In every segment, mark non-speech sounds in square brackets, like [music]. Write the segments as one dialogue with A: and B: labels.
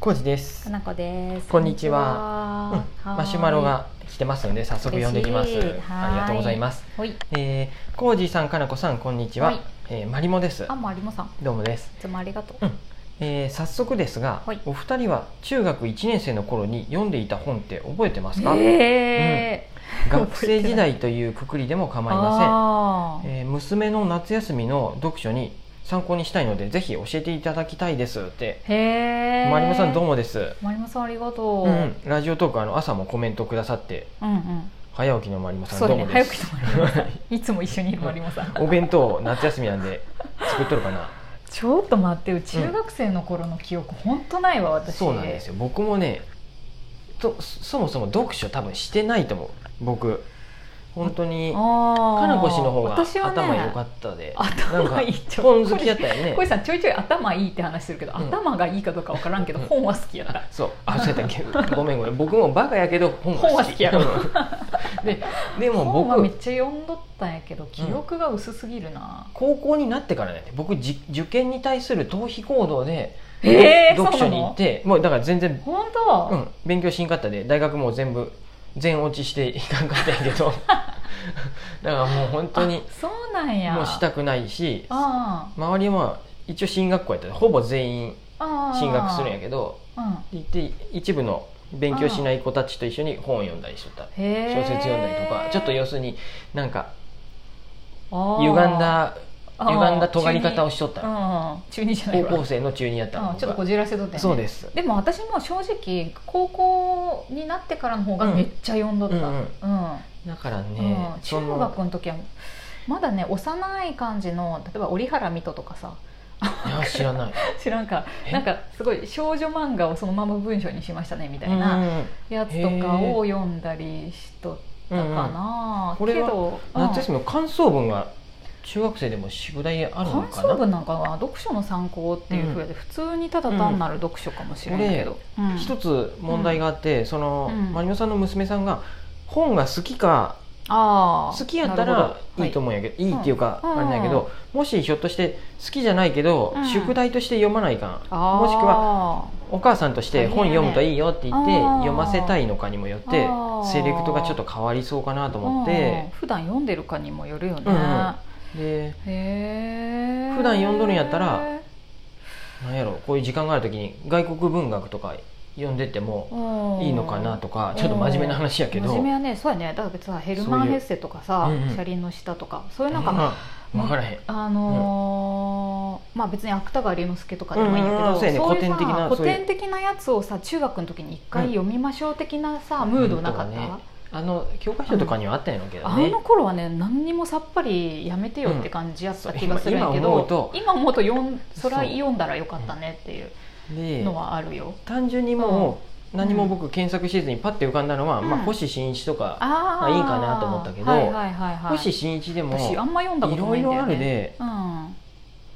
A: コージです
B: か。なこです。
A: こんにちは
B: こんにちは
A: マシュマロ。が来てますので早速読んでいきます。
B: 嬉しいはーい
A: ありがとうございます。
B: はい。
A: えー、コージさんかなこさんこんにちは。
B: はい
A: えーマリモです。
B: あ、まりもさん、い
A: どうもです。
B: つもありがとう。
A: うんえー、早速ですが、
B: はい
A: お二人は中学1年生の頃に読んでいた本って覚えてますか、
B: ええ
A: 学生時代というくくりでも構いま
B: ま
A: せん、えー娘の夏休みの読書に参考にしたいのでぜひ教えていただきたいですって、
B: せん。へえ。
A: マリモさんどう
B: も。
A: もです、
B: まりもさんありがとう。
A: うんうん、ラジオトークあの朝もコメントくださって
B: うんうん。
A: 早起きのマリモさん
B: そう
A: ど
B: だ
A: う
B: ね。
A: も
B: 早
A: で
B: く
A: す
B: 止まりもさん。いつも一緒にいるまりもさん。
A: お弁当夏休みなんで作っとるかな
B: ちょっと待ってよ。中学生の頃の記憶、ほんとないわ、私。
A: そうなんです
B: よ。
A: よ僕もねとそもそも読書多分してないと思う僕本当に
B: ああ。
A: かなこ氏の方が
B: 私はね
A: 頭良かったで、なん
B: 頭
A: か
B: いいちょ
A: 本好きやったよね
B: こいさんちょいちょい頭いいって話するけど、
A: うん
B: 頭がいいかどうかわからんけど、
A: うん
B: 本は好きやった
A: あそうあそうやったっけごめんごめん僕もバカやけど本
B: 本
A: は
B: は
A: 好
B: 好
A: き
B: きやろ
A: [laughs] ででも
B: 本はめっ
A: 僕
B: ちゃ読んどったんやけど記憶が薄すぎるな、
A: 高校になってからね僕じ受験に対する逃避行動で
B: えー
A: 読
B: そ
A: 書
B: うな
A: に
B: の
A: 行ってもうだから全然
B: 本
A: う
B: 当、
A: ん、勉強しんかったで大学も全部全落ちしていかんかったんやけ
B: [laughs]
A: どだからもう本当に
B: あそうなんや
A: もうしたくないし
B: あ
A: 周りは一応進学校やったでほぼ全員
B: あああ
A: 進学するんや
B: け
A: けど
B: ど、うん、
A: で行って一部の勉強しない子たちと一緒に本を読んだりしとった
B: へ
A: 小
B: ー
A: 説読んだりとかちょっと要するになんか
B: あー
A: 歪んだ
B: あー
A: 歪んだ尖り方をしとった
B: うん中二じゃない
A: 高
B: わ
A: 校生の中二やった
B: うん
A: の
B: ちょっとこじらせとったよね
A: そうです
B: でも私も正直高校になってからの方がめっちゃ読んどった、
A: うんうん
B: うん
A: だからね
B: うん
A: そ
B: 中
A: の
B: 学の時はまだね幼い感じの例えば折原水戸とかさ
A: いや知らない
B: 知らんか
A: え
B: なんかすごい少女漫画をそのまま文章にしましたねみたい
A: うん
B: な
A: うんうん
B: やつとかを読んだりしとったかな、
A: うんうん
B: けど
A: 夏
B: み
A: 休みの感想文が中学生でも宿題あるの
B: 感
A: か
B: 想
A: な
B: 文なんかは読書の参考っていうふうで普通にただ単なる読書かもしれないけど、うん
A: 一つ問題があって、その、
B: うん
A: マリモさんの娘さんが本が好きか
B: あー
A: 好きやった
B: なる
A: ら
B: ほど
A: いいと思うんやけど、い、いっていうか、
B: うん
A: あれなんやけどもしひょっとして好きじゃないけど、
B: うん
A: 宿題として読まないかん
B: はい
A: もしくはお母さんとして本読むといいよって言って
B: あー
A: 読ませたいのかにもよって
B: あー
A: セレクトがちょっと変わりそうかなと
B: あー
A: 思っ
B: うん
A: て
B: 普段読んでるかにもよるよね、
A: うんうんで
B: へえ
A: 普段読んどるんやったらなんやろこういう時間がある時に外国文学とか読んでってもいいのかなとかちょっと真面目な話やけど。
B: 真面目はねそうやねだってさヘルマン・ヘッセとか
A: そ
B: さ
A: ういううんうん
B: 車輪の下とかそういうなんか、
A: うん分からへん、
B: あのーまあ別に芥川龍之介とかでもいいんだけど、
A: うんうんうんそうやね
B: いうさ
A: 古典的なそう
B: 古
A: いう
B: 典的なやつをさ中学の時に一回読みましょう的なさ、ムードなかった、
A: ムードがねあの教科書とかにはあったんやろうけど
B: あ
A: ね
B: の頃はね何にもさっぱりやめてよって感じやった気がするんやけ
A: うん
B: ど、
A: そう
B: 今思うと読んそれは
A: そう
B: 読んだらよかったねっていう
A: で
B: のはあるよ。
A: 単純にもう何も僕検索せずにパッて浮かんだのは、
B: うん
A: まあ、星新一とか、
B: あ
A: ま
B: ー
A: あいいかなと思ったけど
B: はいはいはいはい、
A: 星新一でも
B: 私あ
A: い
B: んま読んだこと
A: ろ
B: ない
A: い
B: んだ
A: ろあ
B: よ
A: る
B: ね。
A: で、
B: うん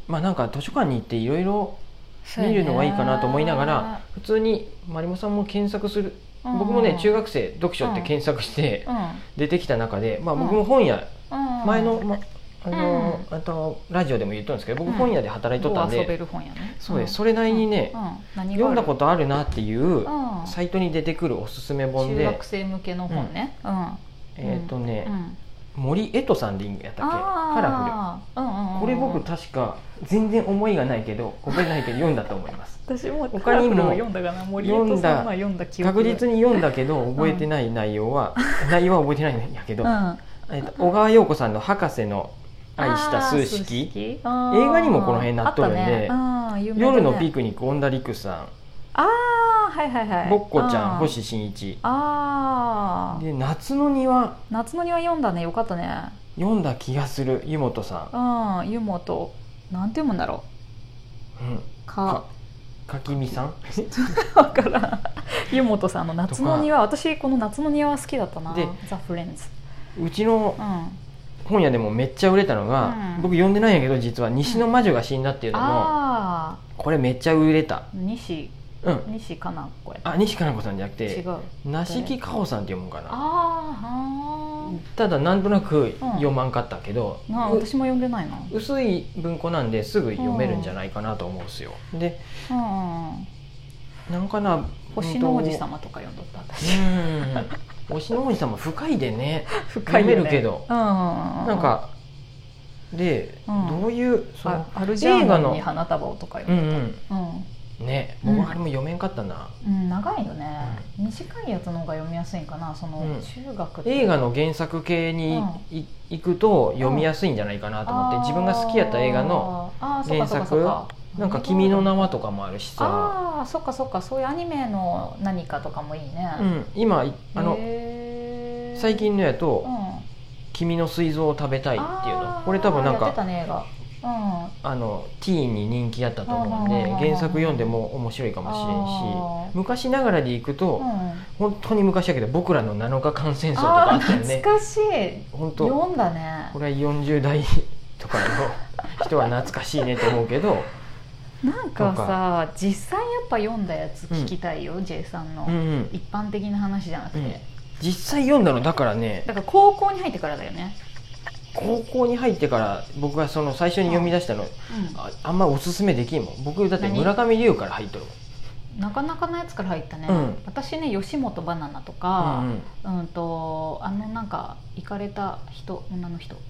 A: まあなんか図書館に行っていろいろ
B: そうや
A: 見
B: ね
A: るのがいいかなと思いながら、普通にまりもさんも検索する、
B: うん
A: 僕もね中学生読書って検索して
B: うん
A: 出てきた中で、まあ、僕も本屋、
B: うん
A: 前の、まあの
B: う
A: あとラジオでも言ったんですけど僕
B: うん
A: 本屋で働いとったんで、
B: 遊べる本やね
A: そうですそれなりにね、
B: うんうん何があ
A: 読ん
B: る
A: だことあるなっていう
B: うん
A: サイトに出てくるおすすめ本
B: 中
A: で
B: 学、生向けの本ねうんうん
A: えっ、とね、
B: うん
A: 森江戸さんでいいんやったっけカラ
B: あーうんうん
A: フ
B: うん
A: ルこれ僕確か全然思いがないけど覚えないけど読んだと思います
B: 私も
A: 他
B: カラフル
A: にも
B: 読んだかな森江戸さんは読んだ記憶
A: 確実に読んだけど覚えてない内容は、内容は覚えてないんやけど、
B: うん
A: えっと小川陽子さんの「博士の愛した数式」
B: 映
A: 映画
B: 画
A: にもこの辺なっとるんで夜のピクニックオンダリクさ
B: ああはいはいはい
A: んぼっこちゃん
B: あー
A: 星新一
B: あー
A: で夏の庭
B: 夏の庭読んだねよかったね
A: 読んだ気がする湯本さん
B: うん湯本なんて読むんだろ
A: うん
B: う
A: か
B: か
A: きみさん
B: わからん湯本さんの「夏の庭」私この「夏の庭」は好きだったな
A: で
B: 「ザ・フレンズ」
A: うちの
B: うん、あ
A: 本屋でもめっちゃ売れたのが、
B: うん
A: 僕読んでないんやけど実は「西の魔女が死んだ」っていうのも、
B: あ
A: これめっちゃ売れた
B: ー西
A: うん
B: 西かなこれ
A: あ西加奈子さんじゃなく
B: 違
A: て
B: う
A: 梨木かほさんって読むんかな
B: あーは
A: ただなんとなく読まんかったけど、
B: ーな
A: う
B: 私も読んでないな
A: 薄い文庫なんですぐ読めるんじゃないかなと思うんですよ、で
B: うんうん
A: なんかな
B: 星の王子様とか読んどった私
A: うん星の王子様深いでね
B: 深いよね
A: 読めるけど
B: うんうんうん
A: なんかで、
B: うん
A: どういうそ
B: あ
A: の
B: アルジャーノ
A: 映画
B: ン
A: の
B: に花束をとか
A: う
B: 読んどっ
A: ん
B: たうん
A: うんね
B: うん
A: 僕あれも読めんかったな、
B: うん、長いよね、短いやつの方が読みやすいんかなその
A: うん
B: 中学って
A: 映画の原作系にい行くと読みやすいんじゃないかなと思って、自分が好きやった映画の原作なんか「君の名は」とかもあるしさ、
B: あーそっかそっかあーそっかそっかそういうアニメの何かとかもいいね、
A: うん、今いあの
B: へー
A: 最近のや
B: う
A: と
B: ん
A: 「君の膵臓を食べたい」っていうの
B: あー
A: これ多分なん
B: やって
A: か
B: たね映画うん
A: あのティーンに人気やったと思うん
B: うんうんうんうん
A: で原作読んでも面白いかもし
B: あ
A: れんし昔ながらで行くと
B: うん
A: 本当に昔やけど僕らの7日間戦争とかあ
B: あ
A: っ
B: ー
A: たよね
B: 懐かしい
A: 本当
B: 読んだね
A: これは40代とかの人は懐かしいねと思うけど
B: なんか
A: なん
B: さ実際やっぱ読んだやつ聞きたいよ、J さんの、
A: うんうん
B: 一般的な話じゃなくて、
A: うん実際読んだのだからね
B: だから高校に入ってからだよね、
A: 高校に入ってから僕がその最初に読み出したのああんまおすすめできんもん僕だって村上龍から入っとる
B: なかなかのやつから入ったね、
A: うん
B: 私ね吉本ばななと
A: も
B: か
A: ん、、うん
B: うんとあのなんか行かれた人女の人 [laughs]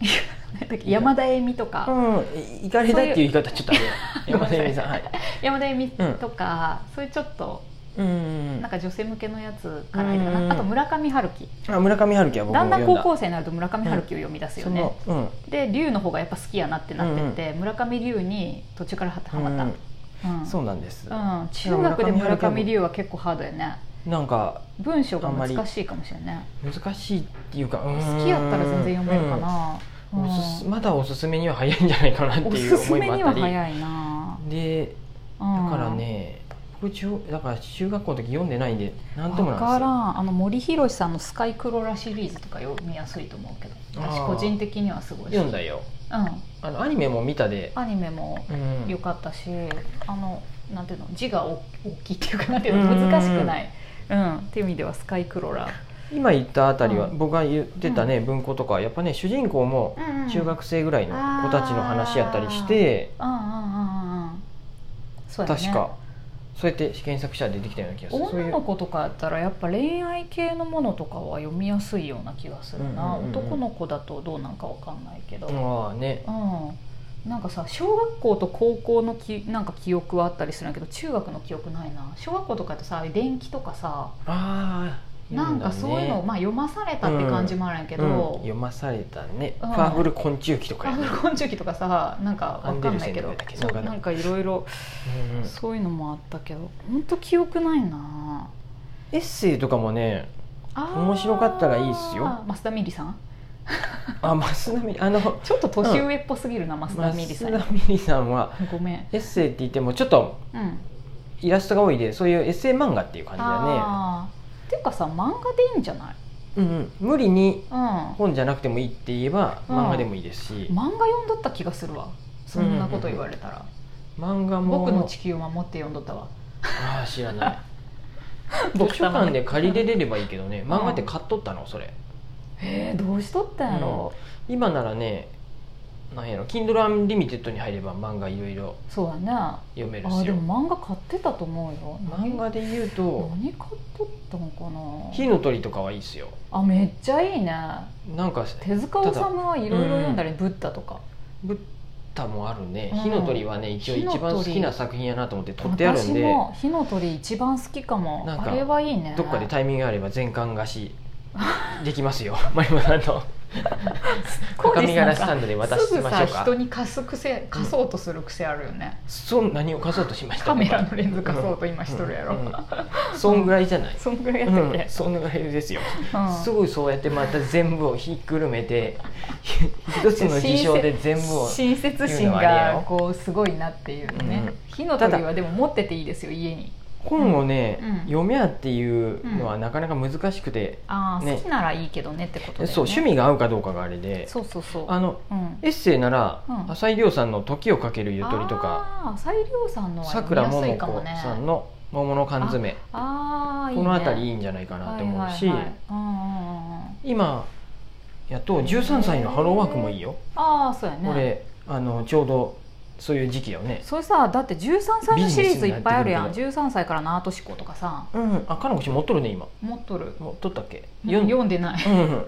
B: 山田恵美とか、
A: うんい行かれたっていう言い方ちょっとあれや山田由美さんはい
B: 山田恵美とか、そういうちょっと
A: うんうん
B: なんか女性向けのやつから入ったかな、
A: うん
B: あと村上春樹
A: うんあ村上春樹は僕も
B: だんだん
A: 読ん
B: 高
A: だ
B: 校生になると村上春樹を読み出すよ
A: そ
B: ね、
A: のうん
B: で龍の方がやっぱ好きやなってなってって、村上龍に途中からはハマっ
A: う
B: た、うん
A: んそうなんです
B: うん中学で村上龍は結構ハードやね
A: なんか
B: 文章が
A: あんまり
B: 難しいかもしれない
A: 難しいっていうかうん
B: 好きやったら全然読めるかな、う
A: うん
B: ん
A: おすすまだおすすめには早いんじゃないかなって
B: お
A: いう
B: すす
A: 思い
B: め
A: もあっ
B: に
A: た
B: は
A: り
B: 早いな、
A: で
B: う
A: だ
B: ん
A: からね僕中だから中学校の時読んでないんで何とも
B: 分
A: な
B: か
A: んで
B: らんあの森博さんの「スカイクロラ」シリーズとか読みやすいと思うけど私
A: あー
B: 個人的にはすごい好き
A: すよ読んだよ
B: う
A: あのアニメも見たで
B: ん、アニメも
A: うん
B: 良かったし、あのなんていうの字が大大きいっていうかなんていうの
A: うんうんうん
B: 難しくない、うんっていう意味では「スカイクロラ」
A: 今言ったあたりは、
B: うん
A: 僕が言ってたね、文庫とかやっぱね主人公も
B: うんうん
A: 中学生ぐらいの子たちの話やったりして、
B: うんうんうんうんそうやね
A: 確かそうやって検索したら出てきたような気がするそうい
B: 女
A: う
B: の子とかやったらやっぱ恋愛系のものとかは読みやすいような気がするな、
A: うんうんうんうん
B: 男の子だとどうなんかわかんないけど、うん
A: ああね
B: なんかさ小学校と高校のきなんか記憶はあったりするんだけど中学の記憶ないな小学校とかやとさ電気とかさ
A: ああ
B: なんかそういうのを、まあ、読まされたって感じもあるんやけ
A: け
B: ど、
A: 読まされたね、
B: うん
A: ファーブル昆虫記とか
B: ア
A: や
B: フ
A: ね、
B: ロ昆虫記とかさなんかわかんないけど
A: アンデルセンと
B: そ
A: かやったっけ
B: うなんかいろいろ
A: うんうん
B: そういうのもあったけど本当記憶ないな
A: エッセイとかもね
B: あー
A: 面白かったらいいっすよ
B: 増田美里さん
A: あ増田美あの
B: ちょっと年上っぽすぎるな、増田美里さ
A: 増
B: ん
A: 田美里さんは
B: ごめん
A: エッセイって言ってもちょっと
B: うん
A: イラストが多いでそういうエッセイ漫画っていう感じだね
B: あーっていうかさ漫画でいいんじゃない、
A: うんうん、無理に
B: うん、漫
A: 本じゃなくてもいいって言えば
B: うん
A: 漫画でもいいですし、
B: 画読んどった気がするわそんなこと言われたら、
A: 漫画も
B: 僕の地球を守って読んどったわ
A: ああ知らない図
B: [laughs] 僕
A: 書館で借りれれればいいけどね漫画って買っとったのそれ
B: えー、どうしとったんやろ、
A: 今ならねなんやろ Kindle Unlimited に入れば漫画いろいろ
B: そうやねあ
A: 読める
B: ー
A: し
B: で
A: よ
B: も漫画買ってたと思うよ
A: 漫画で言うと
B: 何買っとったのか
A: 「
B: な
A: 火の鳥」とかはいいっすよ
B: あめっちゃいいね
A: なんか
B: 手塚治虫はいろいろ読んだり、ブッダとか
A: ブッダもあるね
B: うん
A: 火の鳥はね一応
B: 火
A: 一
B: の鳥
A: 番好きな作品やなと思って撮ってある
B: 私
A: んで
B: も火の鳥一番好きかも
A: なんか
B: あれはいいね
A: どっかでタイミングがあれば全巻貸しできますよ [laughs] マリモさんと
B: コー
A: 赤
B: ジ
A: 身
B: さん
A: 柄
B: が
A: スタンドで渡しましょう
B: すぐさ
A: か
B: 人に貸す癖貸そうとする癖あるよね、
A: そん何を貸そうとしました
B: カメラのレンズ貸そうと今しとるやろ、
A: うんうんそんぐらいじゃない、
B: そんぐらいや
A: う
B: ったっ
A: ん
B: け、、
A: そんぐらいですよ、
B: うん
A: すぐそうやってまた全部をひっくるめて一つの事象で全部を
B: 親
A: 言
B: 切
A: う
B: 心
A: のはあれ
B: が
A: よ
B: こうすごいなっていうね、
A: うん
B: 火の鳥はでも持ってていいですよ家に
A: 本をね、
B: うん
A: 読めやっていうの
B: う
A: はなかなか難しくて、
B: ああ、
A: ね
B: 好きならいいけどねってことで、ね、
A: そう趣味が合うかどうかがあれで
B: そうそうそう
A: あの
B: うん
A: エッセイなら、
B: うん
A: 浅井亮さんの「時をかけるゆとり」とか
B: あー浅井亮さんのは
A: さくらも
B: 読みや
A: も
B: すいかも
A: こ
B: ね
A: さんの「桃の缶詰」
B: あーいい、
A: こ
B: ね、
A: の辺りい
B: い
A: いんじゃないかなと思うし、
B: はいはいはいうんうんうんうん
A: 今やと13歳のハローワークもいいよ、
B: ああそうやね
A: 俺あのちょうどそういう時期よね
B: それさだって13歳のシリーズいっぱいあるやん
A: ビ
B: 13歳からのアート思考とかさ
A: うんあかのこち持っとるね今
B: 持っとる
A: 持っとったっけ
B: 読ん
A: うん
B: 読ん
A: [laughs]
B: でない
A: うん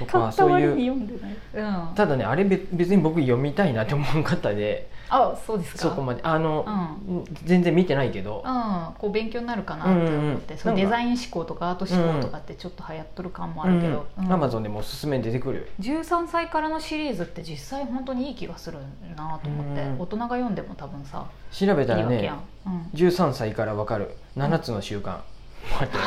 A: と
B: 買
A: か
B: った
A: そう
B: 割
A: い
B: に
A: う
B: 読んでない、うん、あ
A: ただねあれべ別に僕読みたいなって思わんかったで
B: そうですか
A: そこまであの
B: う、ん
A: 全然見てないけど
B: うん、こう勉強になるかなって思って、
A: うんうん
B: そ
A: な
B: う
A: んか
B: デザイン思考とかアート思考とかってちょっと流行っとる感もあるけど、うん
A: アマゾンでもおすすめに出てくるよ
B: 13歳からのシリーズって実際本当にいい気がするなと思って、
A: うん
B: 大人が読んでも多分さ
A: 調べ
B: いい
A: たら
B: わけ
A: ね
B: やん、うん
A: 13歳からわかる7つの習慣、待ってよ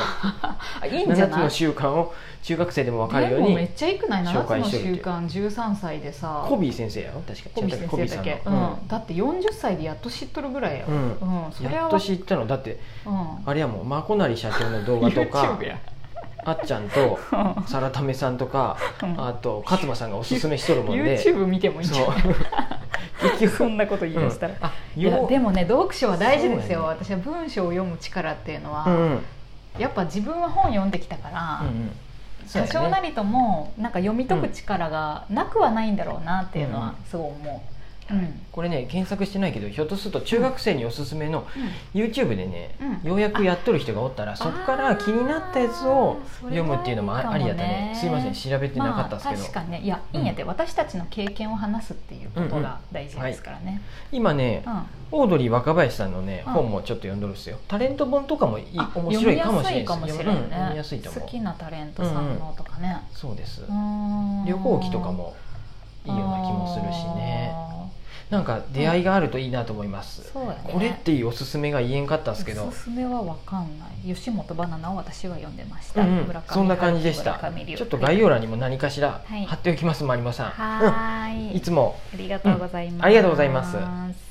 B: あいいんじゃ
A: 7つ
B: な
A: の
B: い
A: 習慣を中学生でもわかる
B: で
A: よう
B: もめ
A: に
B: っちゃいくない7
A: 紹
B: つの
A: 介しとる
B: 習
A: っていう
B: 慣13歳でさ
A: コビー先生やろ確か
B: コビ先生だっけ、
A: コ
B: う
A: ビー
B: ん
A: さんの
B: だって40歳でやっと知っとるぐらいや
A: う、ん、うん
B: うんそれ
A: や
B: は
A: っと知ったのだって
B: うん
A: あれやもんマコナリ社長の動画とか
B: YouTube や
A: あっちゃんとサラタメさんとか
B: うん
A: あと勝間さんがおすすめしとるもんで
B: YouTube 見てもいいんじ
A: そ
B: [laughs] ゃ
A: う
B: ない
A: 結局
B: そんなこと言い出したら、
A: あ
B: いや
A: よ
B: でもね読書は大事ですよ、
A: そうやね
B: 私は文章を読む力っていうのは、
A: うんうんうん
B: やっぱ自分は本読んできたから、
A: うんそうや
B: 多
A: ね
B: 少なりともなんか読み解く力がなくはないんだろうなっていうのは
A: う
B: すごい思う、うん
A: これね検索してないけどひょっとすると中学生におすすめの YouTube でね、
B: うん
A: ようやくやっとる人がおったらそこから気になったやつを読むっていうのもあありやったねすいません
B: っ
A: 調べてなかったですけど、
B: まあ、確かにねいやいいんやって、私たちの経験を話すっていうことが大事ですからね、
A: 今ね
B: うん
A: オードリー若林さんのね
B: うん
A: 本もちょっと読んどるっすよタレント本とかもいい
B: あ
A: 面白いかもしれない
B: 読みや
A: ですすよ
B: いかもしれん
A: うん
B: ね、
A: 読みやすいと思
B: 好
A: う
B: きなタレントさんのとかね、
A: そうです
B: うん
A: 旅行記とかもいいような気もするしねなんか出会いがあるといいなと思います、
B: そうやね
A: これっていうおすすめが言えんかったんですけ
B: お
A: ど
B: すすめはわかんない吉本バナナを私は読んでました、
A: うんうん
B: 村上春樹
A: そんな感じでした
B: 村上龍
A: ちょっと概要欄にも何かしら
B: はい
A: 貼っておきます、まりまさん、
B: はー
A: うん
B: い
A: いつも
B: ありがとうございます、
A: うんありがとうございます